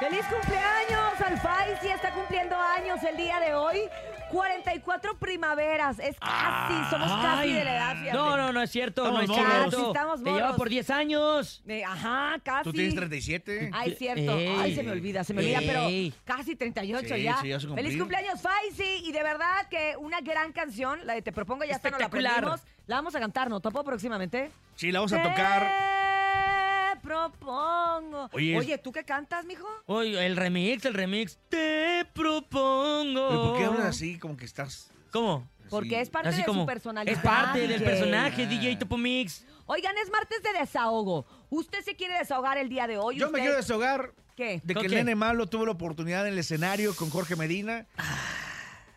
¡Feliz cumpleaños! Alfai sí está cumpliendo años el día de hoy. 44 primaveras. Es casi, somos casi Ay. de la edad, fíjate. No, no, no es cierto, Estamos no es morros. cierto. Casi estamos Te lleva morros. por 10 años. Eh, Ajá, casi. Tú tienes 37. Ay, cierto. Ey. Ay, se me olvida, se me olvida, Ey. pero casi 38 Sí, ya. sí, ya se cumplí. Feliz cumpleaños, Faisy. Y de verdad que una gran canción, la de Te Propongo, ya está, no la Espectacular. aprendimos. La vamos a cantar, ¿no? Topo próximamente. Sí, la vamos a tocar. Te propongo. Oye, es- ¿tú qué cantas, mijo? Oye, el remix, el remix. Te propongo. Pero ¿Por qué hablas así? Como que estás. ¿Cómo? Porque así? es parte así de como. su personalidad. Es parte del DJ. personaje, Ah. DJ Topo Mix. Oigan, es martes de desahogo. Usted se quiere desahogar el día de hoy. Yo me usted- quiero deshogar ¿Qué? de que ¿Con el qué? nene malo tuvo la oportunidad en el escenario con Jorge Medina. Ah.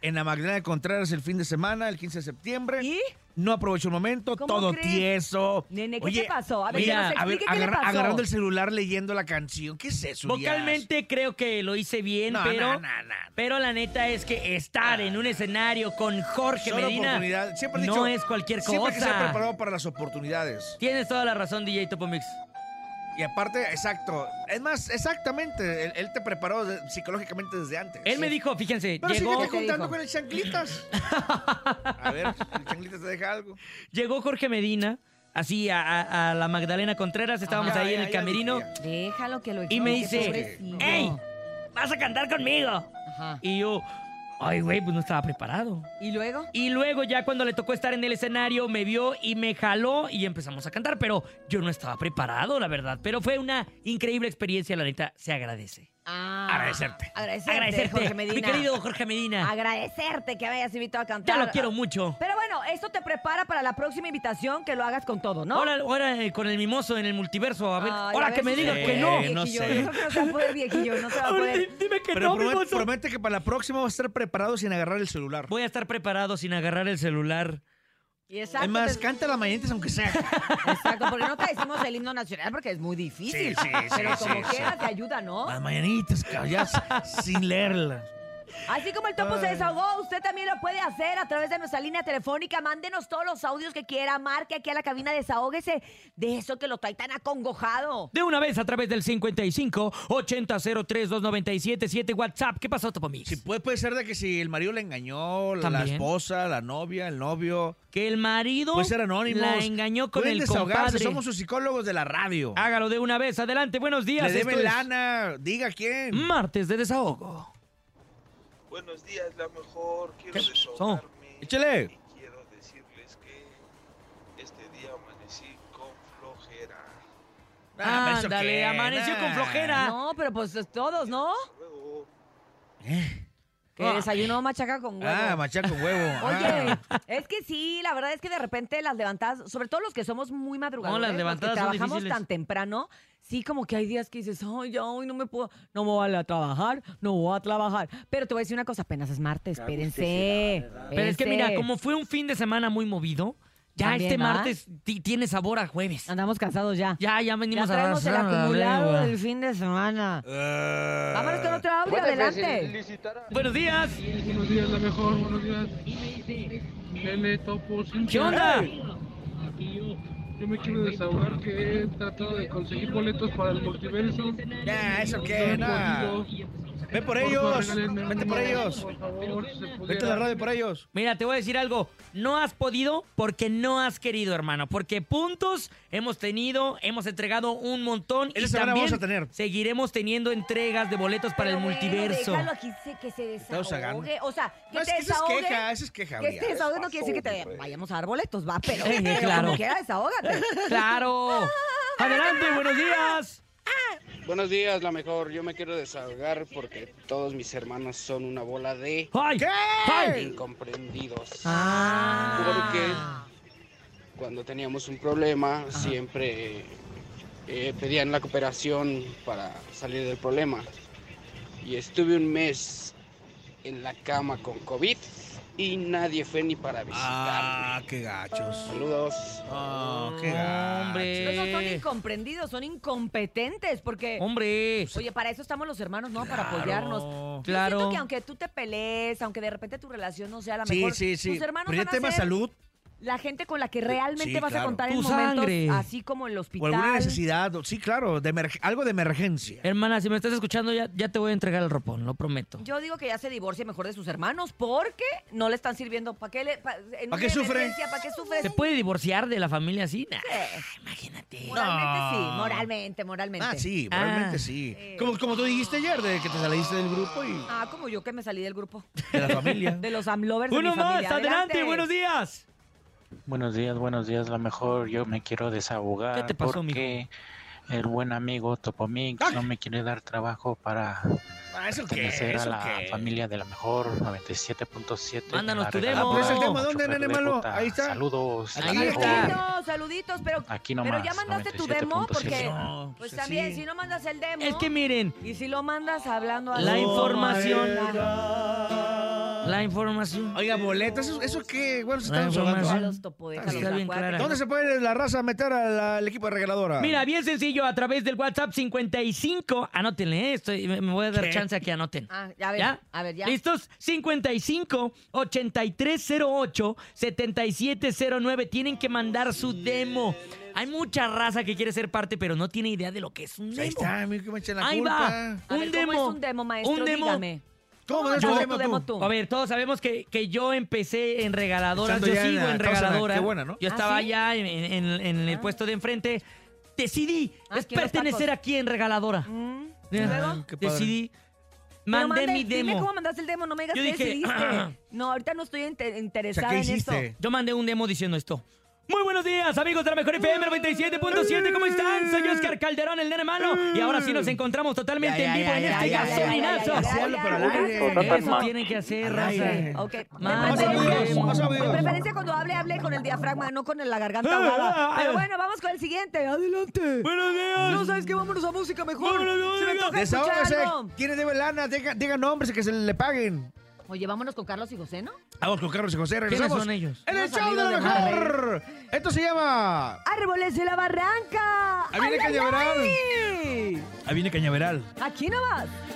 En la Magdalena de Contreras el fin de semana, el 15 de septiembre. ¿Y? No aprovechó el momento, ¿Cómo todo crees? tieso. Nene, ¿qué Oye, te pasó? A ver, mira, que nos A ver, explique qué le agarra- pasó. agarrando el celular leyendo la canción. ¿Qué es eso? Díaz? Vocalmente creo que lo hice bien, No, pero. no, no, no. Pero la neta es que estar en un escenario con Jorge Solo Medina oportunidad. Siempre he no dicho, es cualquier cosa. Siempre que se ha preparado para las oportunidades. Tienes toda la razón, DJ Topo Mix. Y aparte, exacto. Es más, exactamente. Él, él te preparó de- psicológicamente desde antes. Él me dijo, fíjense, Pero llegó, síguete juntando dijo? con el chanclitas. A ver, el chanclitas te deja algo. llegó Jorge Medina, así a, a- a la Magdalena Contreras, estábamos Ya, ahí ya, en el ya, camerino, ya. Déjalo que lo y me explique, dice, pobrecillo. ¡Ey! ¡Vas a cantar conmigo! Ajá. Y yo, ay, güey, pues no estaba preparado. ¿Y luego? Y luego ya cuando le tocó estar en el escenario, me vio y me jaló y empezamos a cantar, pero yo no estaba preparado, la verdad. Pero fue una increíble experiencia, la neta, se agradece. Ah, Agradecerte. Agradecerte, Agradecerte, Jorge Medina. mi querido Jorge Medina. Agradecerte que me hayas invitado a cantar. Ya lo quiero mucho. Pero bueno, esto te prepara para la próxima invitación, que lo hagas con todo, ¿no? Ah, Ahora, ahora eh, con el mimoso en el multiverso, a ver, Ay, ahora a ver que me si diga se sí. que puede, no. Eh, no viejillo. sé. Yo creo que no se va a poder, viejillo, no se va a Ahora poder. di- Dime que Pero no, promete, mimoso. promete que para la próxima vas a estar preparado sin agarrar el celular. Voy a estar preparado sin agarrar el celular. Y exacto, Además, te- canta la mañanitas aunque sea. exacto, porque no te decimos el himno nacional porque es muy difícil. Sí, sí, sí, Pero como sí, quiera sí. te ayuda, ¿no? Las mañanitas, cabrón, ya s- sin leerlas. Así como el topo se desahogó, usted también lo puede hacer a través de nuestra línea telefónica. Mándenos todos los audios que quiera, marque aquí a la cabina, desahógese de eso que lo trae tan acongojado. De una vez a través del 55 80 03 297 7 WhatsApp. ¿Qué pasó, Topo Mix? Si puede, puede ser de que si el marido la engañó, la, la También. esposa, la novia, el novio. Que el marido Puede Pues ser anónimo. la engañó con Pueden el desahogarse, compadre. somos sus psicólogos de la radio. Hágalo de una vez. Adelante, buenos días. Le deben Esto es lana, diga quién. Martes de desahogo. Buenos días, la mejor. Quiero ¿Qué pasó? desahogarme. Échale. Y quiero decirles que este día amanecí con flojera. Ah, ¿eso Ándale, qué? amaneció Nah. Ah, con flojera. No, pero pues todos, ¿no? Hasta luego. Que Ah. desayunó machaca con huevo. Ah, machaca con huevo. Oye, Ah. es que sí, la verdad es que de repente las levantadas, sobre todo los que somos muy madrugadores, No, las los levantadas que son trabajamos difíciles. tan temprano, sí como que hay días que dices, ay, ya hoy no me puedo, no me voy a trabajar, no voy a trabajar. Pero te voy a decir una cosa, apenas es martes, espérense. Pero es que mira, espérense. como fue un fin de semana muy movido, ya También, este ¿ah? martes ti- tiene sabor a jueves. Andamos cansados ya. Ya, ya venimos Ya a traemos el arrastrar la acumulado lengua. del fin de semana. Ah. Vámonos con otro audio, adelante. Buenos días. Buenos días, la mejor, buenos días. Nene, topo, Cintia. ¿Qué onda? Yo me quiero desahogar que he tratado de conseguir boletos para el multiverso. Nah, eso No qué, he nah. podido. Ve por Porfa, ellos. regálenme un Vete por boleto, ellos. por favor, si se Vete a pudiera. la radio por ellos. Mira, te voy a decir algo. No has podido porque no has querido, hermano. Porque puntos hemos tenido, hemos entregado un montón. Esta y semana también vamos a tener. Seguiremos teniendo entregas de boletos para el Pero bueno, multiverso. Déjalo aquí se- que se desahogando. desahogue. O sea, que No, es te que eso es desahogue. queja, eso es queja. Que Uriah. te desahogues no quiere decir que te Pasó, vayamos a dar boletos, va, pero, Sí, pero claro. como quiera, desahógate. ¡Claro! ¡Adelante, buenos días! Buenos días, la mejor. Yo me quiero desahogar porque todos mis hermanos son una bola de ¡Ay! ¿Qué? ¡Ay! incomprendidos. Ah. Cuando teníamos un problema, siempre eh, pedían la cooperación para salir del problema. Y estuve un mes en la cama con COVID y nadie fue ni para visitarme. Ah, qué gachos. Saludos. Ah, qué No, gachos. no son ¡Hombre! incomprendidos, son incompetentes, porque... ¡Hombre! Oye, para eso estamos los hermanos, ¿no? Para apoyarnos. Yo Claro. siento que aunque tú te pelees, aunque de repente tu relación no sea la Sí, mejor, sí, sí. tus hermanos Pero ya van a tema ser salud. la gente con la que realmente Sí, vas claro. a contar en Tu momentos sangre. así como en el Por hospital. alguna necesidad, o- sí, claro, de emerg- algo de emergencia. Ah, Hermana, si me estás escuchando, ya, ya te voy a entregar el ropón, lo prometo. Yo digo que ya se divorcie mejor de sus hermanos porque no le están sirviendo. ¿Para qué, le, pa- en ¿Pa' una qué sufre? emergencia, ¿Para qué sufre? ¿Se puede divorciar de la familia así? Nah, Sí. imagínate. Moralmente No. sí, moralmente, moralmente. Ah, sí, realmente Ah. sí. Sí. Como, como tú dijiste ayer, de que te saliste del grupo y Ah, como yo que me salí del grupo. de la familia. De los amlovers de Uno mi más, familia. adelante, buenos días. Buenos días, buenos días. A lo mejor yo me quiero desahogar ¿Qué te pasó, mijo? porque el buen amigo Topomix ¡Ah! no me quiere dar trabajo para Ah, ¿Eso qué? pertenecer a ¿Eso la qué? familia de la mejor 97.7. Mándanos La tu regadera demo. Ah, de pues es el tema, Ocho ¿dónde, nene Perla de malo? Bota. Ahí está. Saludos. Ahí la mejor. está. Saluditos, saluditos, pero, Aquí nomás. pero ya mandaste tu demo 97.7. porque... No, Pues pues también, sí. si no mandas el demo... Es que miren, Y si lo mandas hablando así... La información. Maeda. la información. Oiga, boletas, ¿eso, eso qué? Bueno, se están La sobando. información. Déjalos, Topo, déjalos, Está bien acuérdate. clara. ¿ah? ¿Dónde se puede la raza meter a la- al equipo de regaladora? Mira, bien sencillo, a través del WhatsApp 55. Anótenle, eh, estoy- me me voy a dar ¿Qué? chance a que anoten. Ah, a ver, ¿Ya? a ver, ya. ¿Listos? 55 8308 7709. Tienen que mandar su demo. Hay mucha raza que quiere ser parte, pero no tiene idea de lo que es un Ahí demo. está, a mí que me echen la Ahí culpa. va. A ver, un ¿cómo demo, es un demo, maestro? un demo. Dígame. ¿Cómo me mandaste tu tu demo demo tú? tú? A ver, todos sabemos que, que yo empecé en regaladoras. Estando Yo ya en sigo la en causa, regaladora. qué buena, ¿no? Yo ¿Ah, estaba sí? allá en, en- en el puesto de enfrente. Decidí Ah, es que los pertenecer tacos. aquí en regaladora. Mm. Eh, ¿Y luego? Ah, qué padre. Decidí. Pero Mandé mande- mi Dime cómo demo. mandaste el demo, no me digas Yo qué dije, ah. decidiste. no, ahorita no estoy inte- interesada en esto. hiciste? Yo mandé un demo diciendo esto. Muy buenos días, amigos de la Mejor FM 97.7. ¿Cómo están? Soy Oscar Calderón, el nene malo. Y ahora sí nos encontramos totalmente Ya, ya, en vivo ya, en ya, este ya, ya, ya, ya, gasolinazo. ya, ya, ya, ya, ya, ya, ya, Eso tienen que hacer, Al raza. aire. Ok. De Mande Pasa un preferencia- videos, demo. pasa De videos. preferencia cuando hable, hable con el diafragma, no con la garganta Ah, ahogada. ah, ah. Pero bueno, vamos con el siguiente. Adelante. Buenos días. No sabes qué, vámonos a música mejor. Vámonos, vámonos, Se me venga. toca Desahógese. escuchar algo. ¿Quién debe lana? Diga, diga nombres y que se le paguen. Oye, vámonos con Carlos y José, ¿no? Vamos con Carlos y José, regresamos. son ellos? En el Unos show de la amigos de mejor. Esto se llama... Árboles de la barranca. Ahí viene ¡Ay, ay, Cañaveral. ay! Ahí viene Cañaveral. Aquí no vas.